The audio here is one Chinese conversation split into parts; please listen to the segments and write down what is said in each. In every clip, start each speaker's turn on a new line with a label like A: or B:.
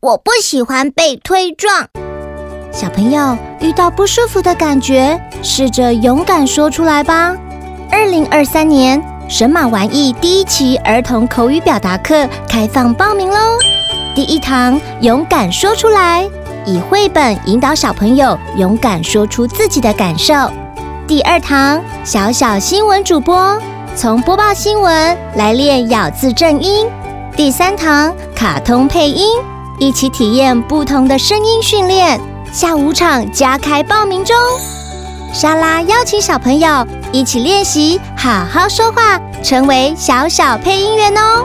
A: 我不喜欢被推撞。
B: 小朋友遇到不舒服的感觉，试着勇敢说出来吧。二零二三年神马玩意第一期儿童口语表达课开放报名喽！第一堂勇敢说出来，以绘本引导小朋友勇敢说出自己的感受。第二堂小小新闻主播，从播报新闻来练咬字正音。第三堂卡通配音，一起体验不同的声音训练。下午场加开报名中，莎拉邀请小朋友一起练习好好说话，成为小小配音员哦。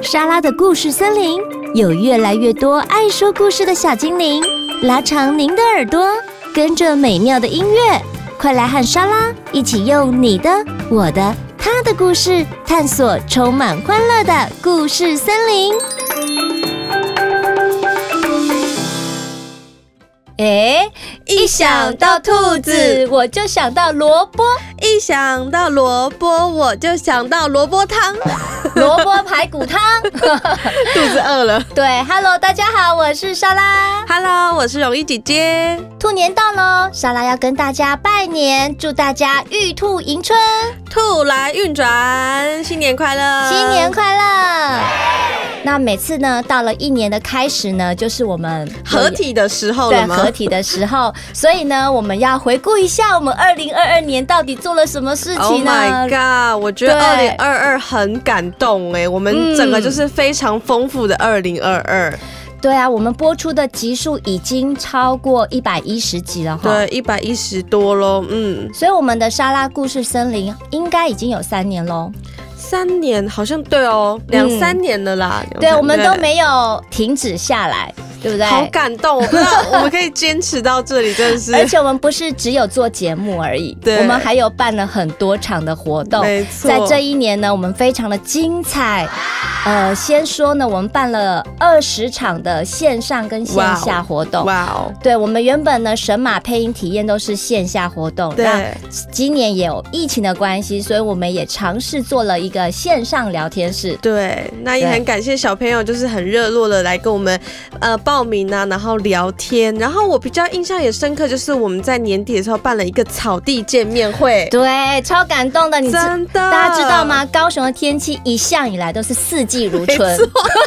B: 莎拉的故事森林有越来越多爱说故事的小精灵，拉长您的耳朵，跟着美妙的音乐，快来和莎拉一起用你的、我的、他的故事，探索充满欢乐的故事森林。
C: 哎，一想到兔子，我就想到萝 卜；
D: 一想到萝卜，我就想到萝卜汤。
C: 萝卜排骨汤。
D: 肚子饿了。
C: 对，Hello，大家好，我是莎拉。
D: Hello，我是容易姐姐。
B: 兔年到喽，莎拉要跟大家拜年，祝大家玉兔迎春，
D: 兔来运转，新年快乐！
B: 新年快乐！那每次呢，到了一年的开始呢，就是我们
D: 合体的时候
B: 对
D: 了吗
B: 合？体的时 候，所以呢，我们要回顾一下我们二零二二年到底做了什么事
D: Oh
B: 情呢
D: my god！我觉得二
B: 对
D: 零二二很感动哎，我
B: 嗯
D: 们整个就是非常丰富的二零二二，
B: 对啊，我们播出的集数已经超过一百一十集了哈。
D: 对，一百一十多喽，嗯，
B: 所以我们的莎拉故事森林应该已经有三年喽，
D: 三年好像对哦，两
B: 嗯
D: 三年了啦，
B: 对，
D: 两
B: 我们都没有停止下来，对不对？
D: 好感动，我不知道我们可以坚持到这里，真的 是
B: 而且我们不是只有做节目而已，
D: 对
B: 我们还有办了很多场的活动。
D: 没错，
B: 在这一年呢，我们非常的精彩。呃，先说呢，我们办了二十场的线上跟线下活动。
D: 哇哦，
B: 对，我们原本呢，神马配音体验都是线下活动，那
D: 对，
B: 今年也有疫情的关系，所以我们也尝试做了一个线上聊天室。
D: 对，那也
B: 对
D: 很感谢小朋友，就是很热络的来跟我们呃报名啊，然后聊天。然后我比较印象也深刻，就是我们在年底的时候办了一个草地见面会，
B: 对，超感动的，你知
D: 真的，
B: 大家知道？吗？高雄的天气一向以来都是四季如
D: 啊没
B: 春
D: 错，，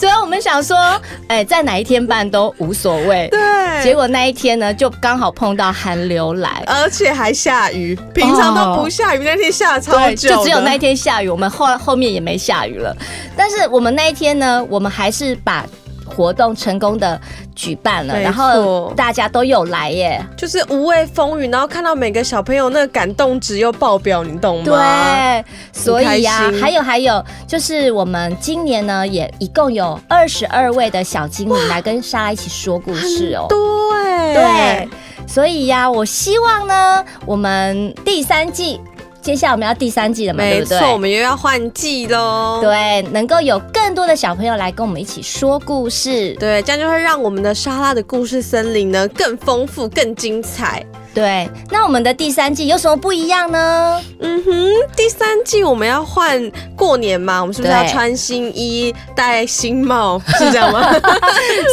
B: 所以我们想说，哎，在哪一天办都无所谓。
D: 对，
B: 结果那一天呢，就刚好碰到寒流来。
D: 而且还下雨，平常都不下雨，那天下超
B: 对，
D: 久的，
B: 就只有那一天下雨，我们后后面也没下雨了。但是我们那一天呢，我们还是把活动成功的举办了，
D: 没错
B: 然后大家都有来耶。
D: 就是无畏风雨，然后看到每个小朋友那个感动值又爆表，你懂吗？
B: 对，所以呀、
D: 很开心
B: 还有还有，就是我们今年呢，也一共有二十二位的小精灵来跟莎拉一起说故事哦。
D: 对
B: 对，所以呀、我希望呢，我们第三季，接下来我们要第三季了嘛，对
D: 没
B: 不
D: 错
B: 对？，
D: 我们又要换季喽。
B: 对，能够有更多的小朋友来跟我们一起说故事。
D: 对，这样就会让我们的沙拉的故事森林呢更丰富、更精彩。
B: 对，那我们的第三季有什么不一样 呢？
D: 嗯哼，第三季我们要换过年嘛，我们是不是
B: 对
D: 要穿新衣、戴 新帽，是这样吗？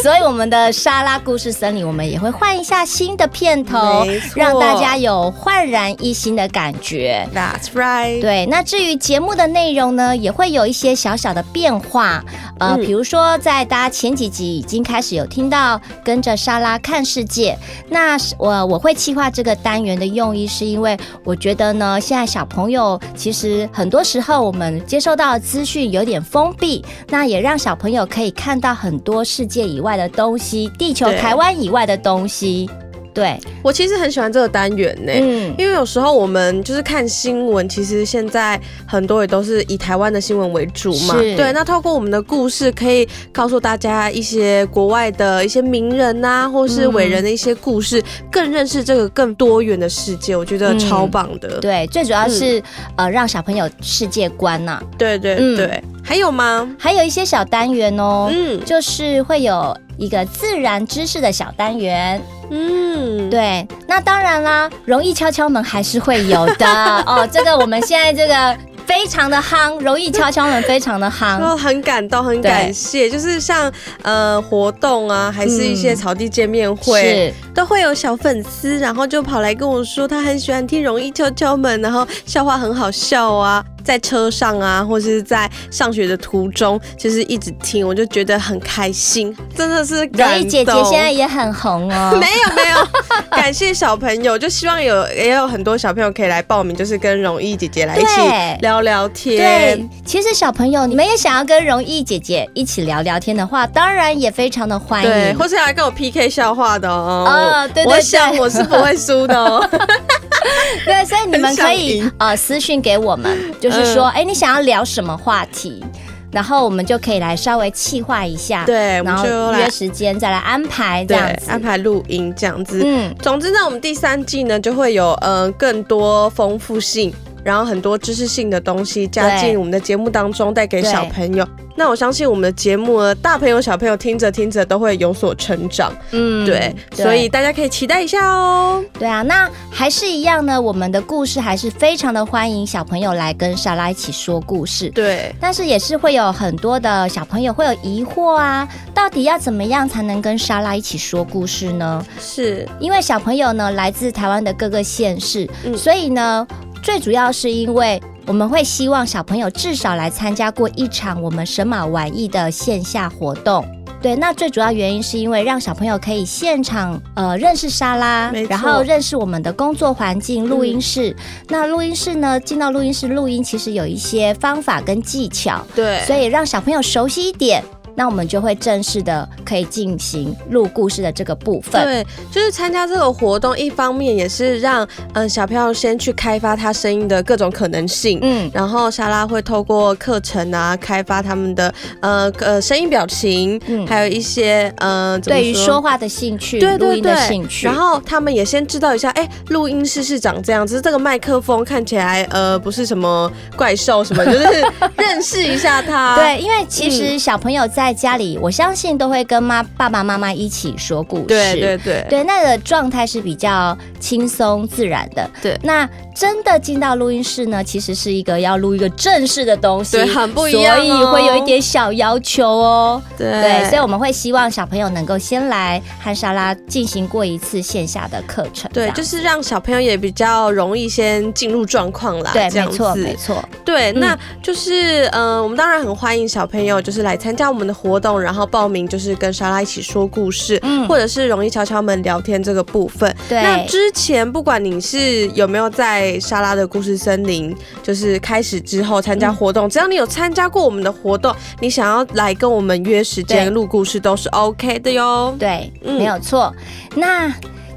B: 所以我们的沙拉故事森林，我们也会换一下新的片头
D: 没，错
B: 让大家有焕然一新的感觉。
D: That's right。
B: 对，那至于节目的内容呢，也会有一些小小的变化。呃，
D: 嗯
B: 比如说，在大家前几集已经开始有听到跟着莎拉看世界，那是呃我我会企划这个单元的用意，是因为我觉得呢，现在小朋友其实很多时候我们接受到的资讯有点封闭，那也让小朋友可以看到很多世界以外的东西，地球
D: 对
B: 台湾以外的东西。对，
D: 我其实很喜欢这个单元呢、
B: 嗯，
D: 因为有时候我们就是看新闻，其实现在很多也都是以台湾的新闻为主嘛。
B: 是
D: 对，那透过我们的故事，可以告诉大家一些国外的一些名人啊，或是伟人的一些故事，更认识这个更多元的世界，我觉得
B: 嗯
D: 超棒的。嗯
B: 对，最主要是、呃，让小朋友世界观呐、
D: 对对
B: 嗯
D: 对还有吗？
B: 还有一些小单元哦，
D: 嗯
B: 就是会有一个自然知识的小单元。
D: 嗯，
B: 对，啊 那当然啦，容易敲敲门还是会有的哦。这个我们现在这个。非常的夯，容易敲敲门，非常的
D: 然
B: 夯。
D: 后很感动，很感谢，就是像呃活动啊，还是一些草地见面会，
B: 嗯是，
D: 都会有小粉丝，然后就跑来跟我说他很喜欢听《容易敲敲门》，然后笑话很好笑啊，在车上啊，或是在上学的途中，就是一直听，我就觉得很开心，真的是
B: 容
D: 感
B: 易
D: 动。
B: 姐姐现在也很红哦
D: 。没有没有，感谢小朋友，就希望有也有很多小朋友可以来报名，就是跟容易姐姐来一起
B: 对
D: 聊聊天
B: 对。，其实小朋友，你们也想要跟容易姐姐一起聊聊天的话，当然也非常的欢
D: 对，
B: 迎。
D: 或是来跟我 PK 笑话的哦。
B: 啊对对对
D: 我想我是不会输的哦。
B: 对，所以你们可以
D: 很想嗯
B: 呃私讯给我们，就是说，哎、你想要聊什么话题？然后我们就可以来稍微气化一下，
D: 对我们
B: 然后
D: 就来
B: 约时间再来安排这
D: 对
B: 样，子。
D: 安排录音这样子。
B: 嗯，
D: 总之呢，我们第三季呢就会有呃更多丰富性，然后很多知识性的东西加进我们的节目当中，带给小朋友。那我相信我们的节目呢，大朋友小朋友听着听着都会有所成长，
B: 嗯
D: 对，所以大家可以期待一下哦。
B: 对啊，那还是一样呢。我们的故事还是非常的欢迎小朋友来跟莎拉一起说故事，
D: 对，
B: 但是也是会有很多的小朋友会有疑惑啊，到底要怎么样才能跟莎拉一起说故事呢？
D: 是
B: 因为小朋友呢来自台湾的各个县市，
D: 嗯
B: 所以呢，最主要是因为我们会希望小朋友至少来参加过一场我们神马玩艺的线下活动。对，那最主要原因是因为让小朋友可以现场呃认识莎拉
D: 没，错嗯
B: 然后认识我们的工作环境录音室。那录音室呢，进到录音室录音，其实有一些方法跟技巧，
D: 对，
B: 所以让小朋友熟悉一点，那我们就会正式的可以进行录故事的这个部分。
D: 对，就是参加这个活动，一方面也是让嗯小朋友先去开发他声音的各种可能性。
B: 嗯，
D: 然后莎拉会透过课程啊，开发他们的呃呃声音表情，
B: 嗯
D: 还有一些呃怎么
B: 对于说话的兴趣，
D: 对
B: 录
D: 对
B: 音的
D: 对，
B: 兴趣，
D: 然后他们也先知道一下，哎，录音室是长这样，只是这个麦克风看起来呃不是什么怪兽什么， 就是认识一下 它。
B: 对，因为
D: 嗯
B: 其实小朋友在家里，我相信都会跟妈爸爸妈妈一起说故事。
D: 对对对
B: 对那个状态是比较轻松自然的。
D: 对
B: 那真的进到录音室呢，其实是一个要录一个正式的东西，
D: 对很不一样
B: 所以
D: 哦
B: 会有一点小要求哦。
D: 对
B: 对，所以我们会希望小朋友能够先来和莎拉进行过一次线下的课程这
D: 对，
B: 样。
D: 就是让小朋友也比较容易先进入状况啦。啊这
B: 对，
D: 样
B: 没错，
D: 子
B: 没错，
D: 对，
B: 嗯
D: 那就是呃，我们当然很欢迎小朋友就是来参加我们的活动，然后报名就是跟莎拉一起说故事，
B: 嗯
D: 或者是容易敲敲门聊天这个部分。
B: 对。
D: 那之前不管你是有没有在莎拉的故事森林，就是开始之后参加活动，
B: 嗯
D: 只要你有参加过我们的活动，你想要来跟我们约时间
B: 对
D: 录故事都是 OK 的哟。
B: 对，
D: 嗯
B: 没有错。那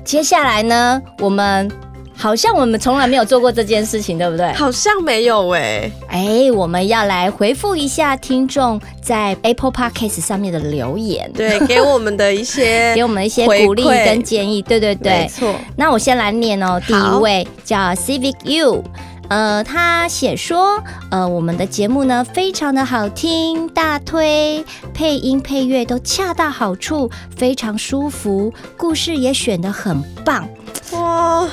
B: 接下来呢，我们好像我们从来没有做过这件事情，对不对？
D: 好像没有哎、
B: 哎，我们要来回复一下听众在 Apple Podcast 上面的留言，
D: 对，给我们的一 些
B: 给我们一些
D: 回馈
B: 鼓励跟建议。对对
D: 没
B: 对，
D: 错，
B: 那我先来念哦，第
D: 好
B: 一位叫 Civic U。呃，他写说，呃，我们的节目呢非常的好听，大推配音配乐都恰到好处，非常舒服，故事也选得很棒。
D: 哇，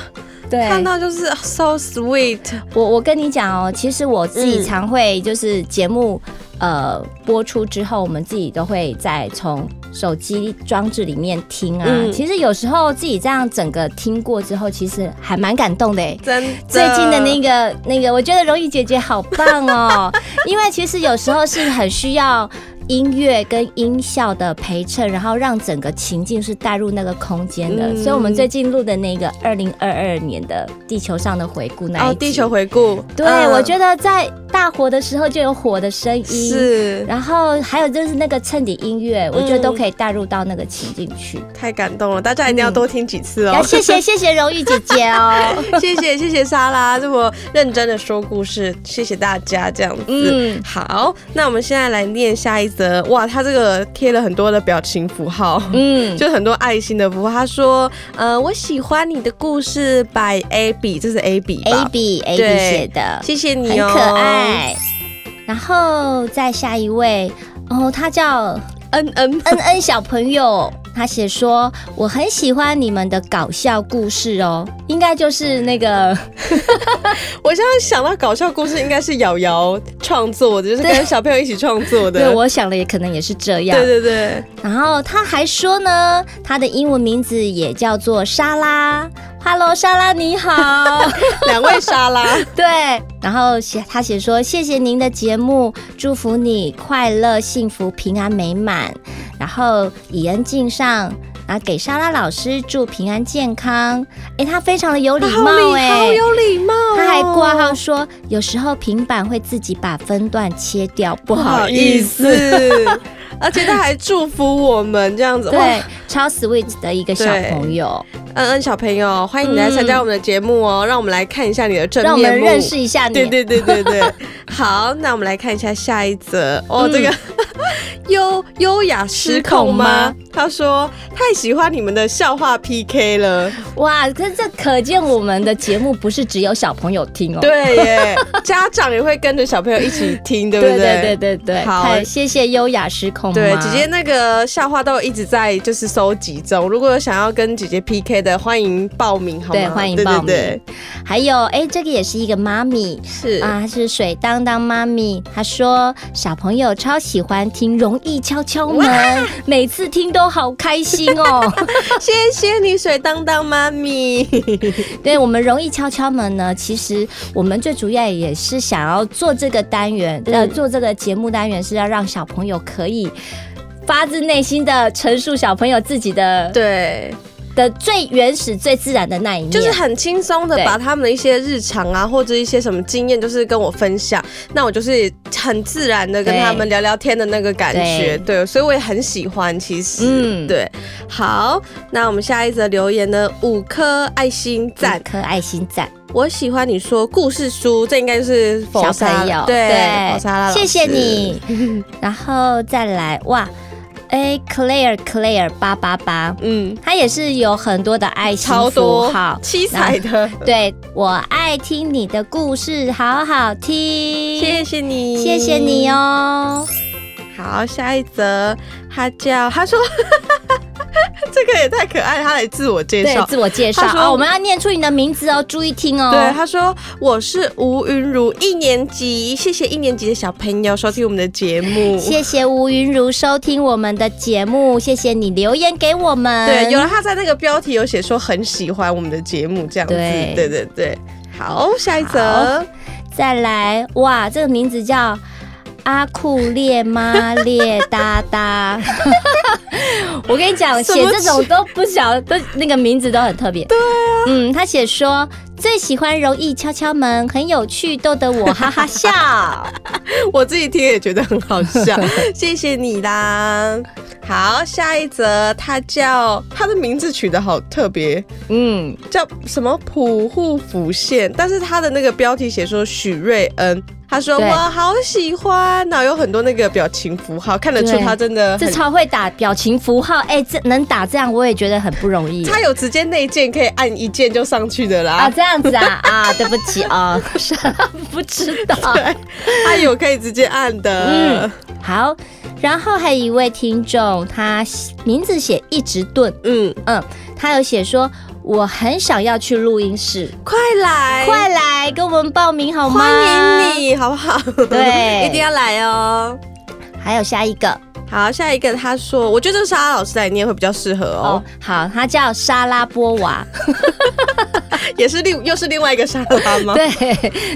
B: 对
D: 看到就是啊 so sweet。
B: 我我跟你讲哦，其实我自己常会就是节目、呃播出之后，我们自己都会再从手机装置里面听啊。
D: 嗯
B: 其实有时候自己这样整个听过之后，其实还蛮感动的诶。欸
D: 真的哦
B: 最近的那个那个，我觉得容易姐姐好棒 哦，因为其实有时候是很需要音乐跟音效的陪衬，然后让整个情境是带入那个空间的。
D: 嗯
B: 所以我们最近录的那个二零二二年的地球上的回顾那一
D: 哦，
B: 集
D: 地球回顾，
B: 对，
D: 嗯
B: 我觉得在大火的时候就有火的声音，，
D: 是嗯
B: 然后还有就是那个衬底音乐，我觉得都可以带入到那个情境去。
D: 太感动了，大家一定要多听几次
B: 嗯要
D: 哦。
B: 谢谢谢谢荣誉姐姐 哦，
D: 谢谢谢谢莎拉这么认真的说故事，谢谢大家这样子。
B: 嗯，
D: 好，那我们现在来念下一则。哇，他这个贴了很多的表情符号。
B: 嗯，
D: 就很多爱心的符号，他说：“呃，我喜欢你的故事，by A B，这是 A B 吧
B: A B A B
D: 对
B: 写的，
D: 谢谢
B: 很
D: 你哦，
B: 可爱。然后再下一位，哦，他叫
D: 嗯嗯，
B: 恩恩小朋友，他写说我很喜欢你们的搞笑故事哦，应该就是那个
D: 我现在想到搞笑故事，应该是瑶瑶创作的，就是跟小朋友一起创作 的。
B: 对 我想的也可能也是这样。
D: 对对对，
B: 然后他还说呢，他的英文名字也叫做莎拉。Hello，莎拉你好，
D: 两位 莎拉。
B: 对，然后写他写说谢谢您的节目，祝福你快乐、幸福、平安、美满。然后以恩敬上，然后给莎拉老师祝平安健康。哎，他非常的有礼
D: 他好
B: 貌
D: 礼，
B: 哎、
D: 好有礼貌哦。
B: 他还挂号说，有时候平板会自己把分段切掉，不
D: 不
B: 好
D: 好
B: 意
D: 意
B: 思。
D: 思， 而且他还祝福我们这样子。哇，
B: 对，超 sweet 的一个小朋友，
D: 恩恩小朋友，欢迎你来参加我们的节目哦，让我们来看一下你的正
B: 嗯让我
D: 面
B: 们
D: 目。
B: 认识一下你。
D: 对对对对对， 好，那我们来看一下下一则哦，
B: 嗯
D: 这个 优优雅失控吗？他说太喜欢你们的笑话 PK 了，
B: 哇，可是这可见我们的节目不是只有小朋友听哦。
D: 对耶，家长也会跟着小朋友一起 听，对不
B: 对对对
D: 对
B: 对对
D: 好
B: 太谢谢优雅失控妈。
D: 对，姐姐那个笑话都一直在就是收集中，如果有想要跟姐姐 PK 的，欢迎报名，好吗？
B: 对欢迎报名
D: 对对
B: 还有哎，这个也是一个妈咪
D: 对是。
B: 啊，她是水当当妈咪。她说小朋友超喜欢听《容易敲敲门》，每次听都好开心哦。
D: 谢谢你，水当当妈咪。
B: 对我们容易敲敲门呢，其实我们最主要也是想要做这个单元，呃，
D: 嗯
B: 做这个节目单元是要让小朋友可以。发自内心的陈述小朋友自己的
D: 对，
B: 的最原始、最自然的那一面，
D: 就是很轻松的
B: 对
D: 把他们的一些日常啊，或者一些什么经验，就是跟我分享。那我就是很自然的跟
B: 对
D: 他们聊聊天的那个感觉，对，所以我也很喜欢。其实，
B: 嗯
D: 对。好，那我们下一则留言呢，五颗爱心赞
B: 五，颗爱心赞，
D: 我喜欢你说故事书，这应该就是
B: 小
D: 佛沙
B: 朋友
D: 对，佛沙拉老师
B: 谢谢。你。然后再来哇，哎，Claire Claire 八八八，
D: 嗯，
B: 他也是有很多的爱心
D: 超
B: 符
D: 多
B: 号，
D: 七彩的，
B: 对我爱听你的故事，好好听，
D: 谢谢你，
B: 谢谢你。哦。
D: 好，下一则，他叫他说， 这个也太可爱了，他来自我介
B: 对，
D: 绍。
B: 自我介绍
D: 他说
B: 哦，我们要念出你的名字哦，注意听哦。
D: 对，他说我是吴云如，一年级，谢谢一年级的小朋友收听我们的节目。
B: 谢谢吴云如收听我们的节目，谢谢你留言给我们。
D: 对，有了他在那个标题有写说很喜欢我们的节目，这样子，
B: 对
D: 对对对。好，下一则
B: 好，再来哇，这个名字叫阿库列妈列哒哒。我跟你讲，
D: 什
B: 写
D: 么
B: 这种都不晓都那个名字都很特别。对啊，嗯，他写说最喜欢容易敲敲门，很有趣，逗得我哈哈笑。
D: 我自己听也觉得很好笑，谢谢你啦。好，下一则，他叫他的名字取得好特别，
B: 嗯，
D: 叫什么普护府县，但是他的那个标题写说许瑞恩，他说
B: 对
D: 我好喜欢，然后有很多那个表情符号，看得出
B: 对
D: 他真的
B: 这
D: 很。
B: 超会打表情符号，哎、这能打这样我也觉得很不容易。
D: 他有直接内建可以按一键就上去的
B: 啊，
D: 啦，
B: 这样子啊啊，对不起啊， 是不知 道。
D: 他有可以直接按的
B: 嗯，好，然后还有一位听众，他名字写一直顿，
D: 嗯，
B: 嗯，他有写说我很想要去录音室，
D: 快来，
B: 快来跟我们报名好吗？
D: 哎欢迎！你，好不好？
B: 对
D: 一定要来哦。
B: 还有下一个
D: 好，下一个他说，我觉得莎拉老师来念会比较适合
B: 哦
D: 哦，，
B: 好，他叫莎拉波娃，
D: 也是另又是另外一个莎拉吗？
B: 对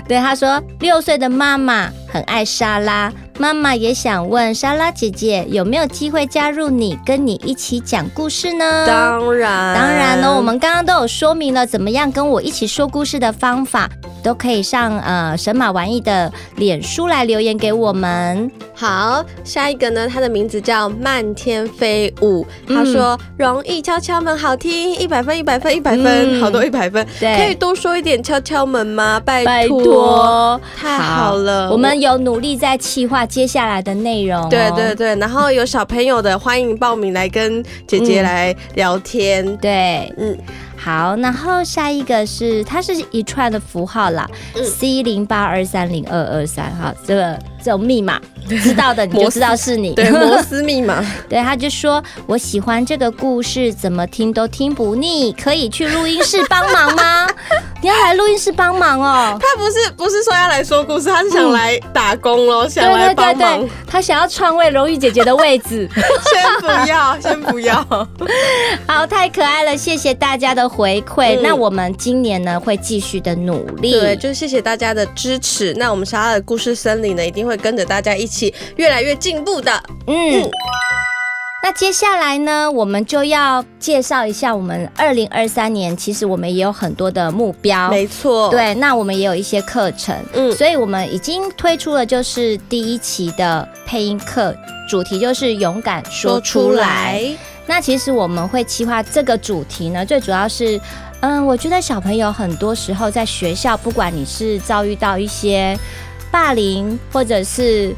B: 对， 他说六岁的妈妈很爱莎拉，妈妈也想问莎拉姐姐有没有机会加入你，跟你一起讲故事呢？
D: 当然，
B: 啊当然
D: 嗯
B: 哦呢，我们刚刚都有说明了怎么样跟我一起说故事的方法，都可以上呃神马玩意的脸书来留言给我们。
D: 好，下一个呢，它的名字叫漫天飞舞。
B: 嗯
D: 他说：“容易敲敲门，好听，一百分，一百分，一百分，
B: 嗯
D: 好多一百分，
B: 对
D: 可以多说一点敲敲门吗？拜
B: 拜
D: 托，
B: 托，
D: 太好了，
B: 我们有努力在企划接下来的内容、哦。
D: 对对对，然后有小朋友的，欢迎报名来跟姐姐
B: 嗯
D: 来聊天。
B: 对，
D: 嗯
B: 嗯，好，然后下一个是它是一串的符号啦、c 零八二三零二二三哈，这个这种密码知道的你就知道是你。
D: 对，摩斯密 码，
B: 对，他就说我喜欢这个故事，怎么听都听不腻，可以去录音室帮忙 吗？你要来录音室帮忙哦。
D: 他不是不是说要来说故事，他是想来打工咯，想
B: 对
D: 来
B: 对对
D: 帮忙
B: 对。，他想要篡位荣誉姐姐的位置。
D: 先不 要，先不要。
B: 好，太可爱了，谢谢大家的回馈。
D: 嗯
B: 那我们今年呢会继续的努力。
D: 对，就谢谢大家的支持。那我们莎拉的故事森林呢，一定会跟着大家一起越来越进步的。
B: 嗯。那接下来呢，我们就要介绍一下我们二零二三年，其实我们也有很多的目标。
D: 没错，，
B: 对，那我们也有一些课程，
D: 嗯
B: 所以我们已经推出了就是第一期的配音课，主题就是勇敢说出来。。那其实我们会企划这个主题呢，最主要是，嗯，我觉得小朋友很多时候在学校，不管你是遭遇到一些霸凌，或者是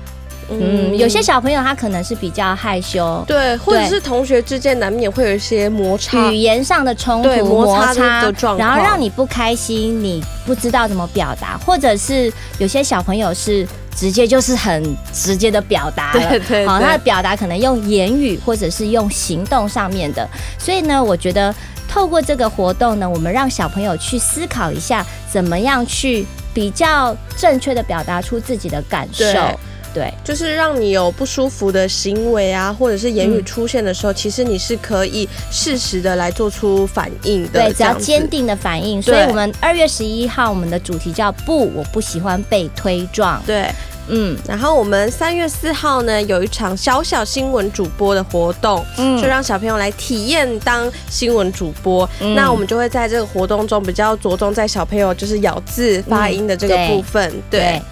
B: 嗯，有些小朋友他可能是比较害羞，
D: 对，或者
B: 对
D: 是同学之间难免会有一些摩擦
B: 语。言上的冲
D: 对
B: 突、
D: 摩擦的状况
B: 然后让你不开心，你不知道怎么表达，或者是有些小朋友是直接就是很直接的表达了，
D: 对对
B: 好，
D: 对
B: 他的表达可能用言语或者是用行动上面的，所以呢，我觉得透过这个活动呢，我们让小朋友去思考一下，怎么样去比较正确的表达出自己的感受
D: 对，
B: 对。
D: 就是让你有不舒服的行为啊，或者是言
B: 嗯
D: 语出现的时候，其实你是可以适时的来做出反应的。
B: 对，只要
D: 这样子
B: 坚。定的反应。所
D: 对
B: 以我们二月十一号，我们的主题叫“不，我不喜欢被推撞
D: 对，”。
B: 嗯
D: 然后我们三月四号呢有一场小小新闻主播的活动，
B: 嗯
D: 就让小朋友来体验当新闻主播。
B: 嗯
D: 那我们就会在这个活动中比较着重在小朋友就是咬字发音的这个
B: 嗯对
D: 部分。对，。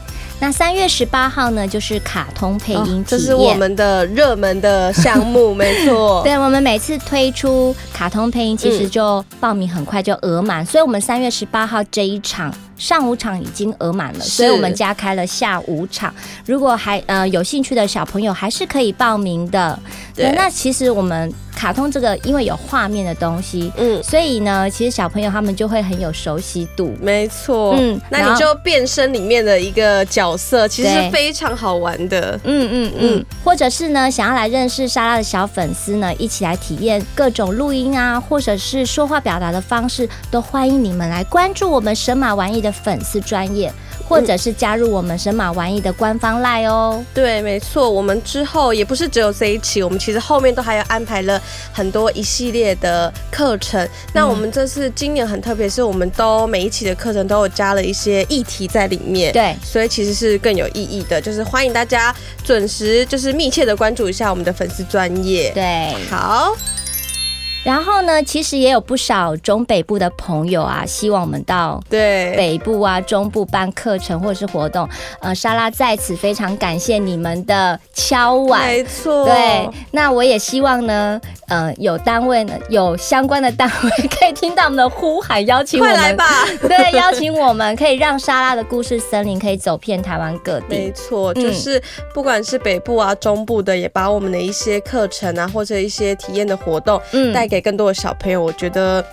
B: 那三月十八号呢，就是卡通配音体验、
D: 哦这是我们的热门的项目，没 错。
B: 对，我们每次推出卡通配音，其实就报名很快就额满，所以我们三月十八号这一场上午场已经额满了，
D: 是
B: 所以我们加开了下午场。如果还呃有兴趣的小朋友，还是可以报名的。
D: 对
B: 那其实我们卡通这个，因为有画面的东西，
D: 嗯，
B: 所以呢，其实小朋友他们就会很有熟悉度。
D: 没错。
B: 嗯
D: 那
B: 然后
D: 你就变身里面的一个角色，其实
B: 对
D: 是非常好玩的。
B: 嗯嗯
D: 嗯
B: 嗯，或者是呢，想要来认识莎拉的小粉丝呢，一起来体验各种录音啊，或者是说话表达的方式，都欢迎你们来关注我们神马玩意的粉丝专业，或者是加入我们神马玩意的官方 line 哦。
D: 对，没错。我们之后也不是只有这一期，我们其实后面都还有安排了很多一系列的课程。那我们这次今年很特别，是我们都每一期的课程都有加了一些议题在里面。。
B: 对，
D: 所以其实是更有意义的，就是欢迎大家准时，就是密切的关注一下我们的粉丝专业。，
B: 对。
D: 好，
B: 然后呢，其实也有不少中北部的朋友啊，希望我们到
D: 对，
B: 北部啊、中部办课程或者是活动。呃，莎拉在此非常感谢你们的敲碗。
D: 没错，
B: 对，那我也希望呢，呃，有单位呢，有相关的单位可以听到我们的呼喊，邀请我
D: 快
B: 们
D: 来。吧。
B: 对，邀请我们，可以让莎拉的故事森林可以走遍台湾各
D: 没
B: 地。
D: 错，
B: 嗯
D: 就是不管是北部啊、中部的，也把我们的一些课程啊，或者一些体验的活动，
B: 嗯
D: 带给更多的小朋友，我觉得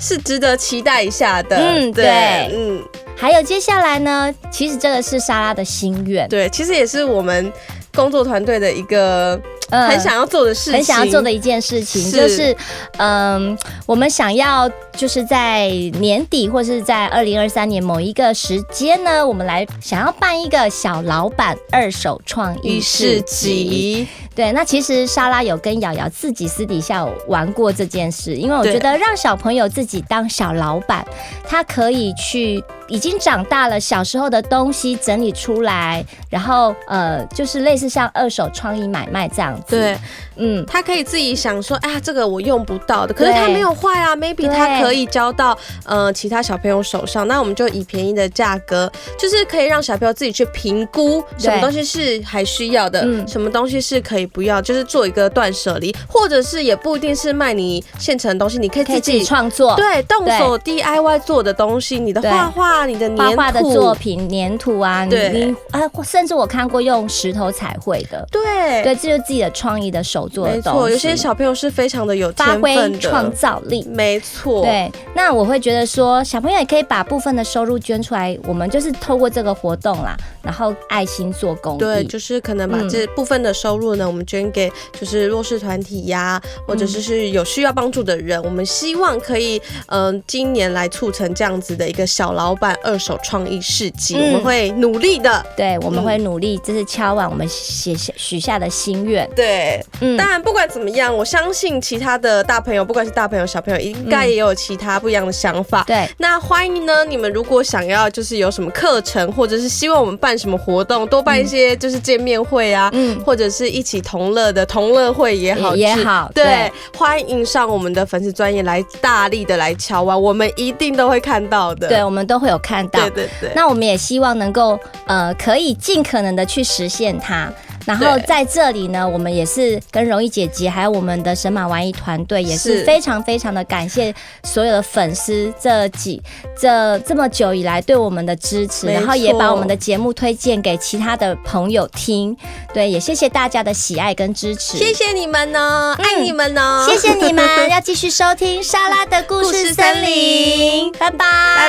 D: 是值得期待一下的。
B: 嗯对
D: 嗯，
B: 还有接下来呢，其实这个是莎拉的心愿，
D: 对，其实也是我们工作团队的一个
B: 嗯
D: 很想要做的事情，
B: 很想要做的一件事情，
D: 是
B: 就是，嗯，我们想要就是在年底或是在二零二三年某一个时间呢，我们来想要办一个小老板二手创意
D: 与市
B: 市集。
D: 集。
B: 对，那其实莎拉有跟瑶瑶自己私底下有玩过这件事，因为我觉得让小朋友自己当小老板，他可以去已经长大了小时候的东西整理出来，然后呃，就是类似像二手创意买卖这样子。
D: 对，
B: 嗯，
D: 他可以自己想说，哎呀，这个我用不到的，可是他
B: 对
D: 没有坏啊，maybe
B: 对
D: 他可以交到呃其他小朋友手上，那我们就以便宜的价格，就是可以让小朋友自己去评估
B: 对
D: 什么东西是还需要的，
B: 嗯
D: 什么东西是可以不要，就是做一个断舍离，或者是也不一定是卖你现成的东西，你可以
B: 可以自
D: 自
B: 己
D: 己。
B: 创作。
D: 对，动手 DIY 做的东西，你的
B: 对
D: 画画、你的粘
B: 画
D: 土、
B: 画的作品、粘土啊，你
D: 对
B: 你啊，甚至我看过用石头彩绘的，
D: 对
B: 对，这就是自己的的创意的手做的
D: 没
B: 东
D: 错，
B: 西，
D: 有些小朋友是非常的有
B: 发
D: 天
B: 挥
D: 分
B: 创
D: 的，
B: 造力。
D: 没错，，
B: 对，那我会觉得说，小朋友也可以把部分的收入捐出来，我们就是透过这个活动啦，然后爱心做公益。
D: 对，就是可能把
B: 嗯
D: 这部分的收入呢，我们捐给就是弱势团体呀，或
B: 嗯
D: 者是是有需要帮助的人。我们希望可以，嗯、今年来促成这样子的一个小老板二手创意市集，
B: 嗯
D: 我们会努力的。
B: 对我们会努力，这是敲完我们写下许下的心愿。
D: 对，
B: 嗯，
D: 当然不管怎么样，我相信其他的大朋友，不管是大朋友小朋友，应该也有其他不一样的想法。
B: 嗯对，
D: 那欢迎呢，你们如果想要就是有什么课程，或者是希望我们办什么活动，多办一些就是见面会啊，
B: 嗯，
D: 或者是一起同乐的同乐会也好，
B: 也
D: 是
B: 好
D: 对，
B: 对
D: 欢迎上我们的粉丝专业来大力的来敲啊，我们一定都会看到的。
B: 对，我们都会有看到
D: 对。对对，
B: 那我们也希望能够呃，可以尽可能的去实现它。然后
D: 对
B: 在这里呢，我们也是跟容易姐姐还有我们的神马玩意团队，也是
D: 是
B: 非常非常的感谢所有的粉丝这几这这么久以来对我们的支持，
D: 没错
B: 然后也把我们的节目推荐给其他的朋友听。对，也谢谢大家的喜爱跟支持，
D: 谢谢你们呢，
B: 嗯
D: 爱你们呢，
B: 谢谢你们，要继续收听莎拉的 故
D: 故
B: 事森
D: 事森
B: 林，拜拜，拜
D: 拜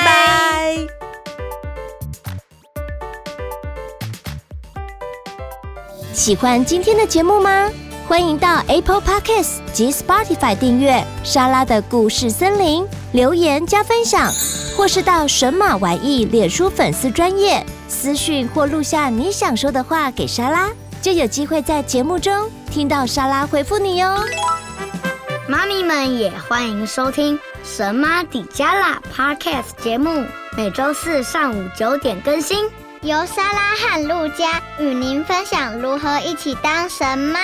D: 拜。
E: 喜欢今天的节目吗？欢迎到 Apple Podcasts 及 Spotify 订阅《莎拉的故事森林》，留言加分享，或是到神马玩意脸书粉丝专业私讯或录下你想说的话给莎拉，就有机会在节目中听到莎拉回复你哦哟。
F: 妈咪们也欢迎收听《神妈底加拉》Podcast 节目，每周四上午九点更新，由莎拉和陆佳与您分享如何一起当神妈。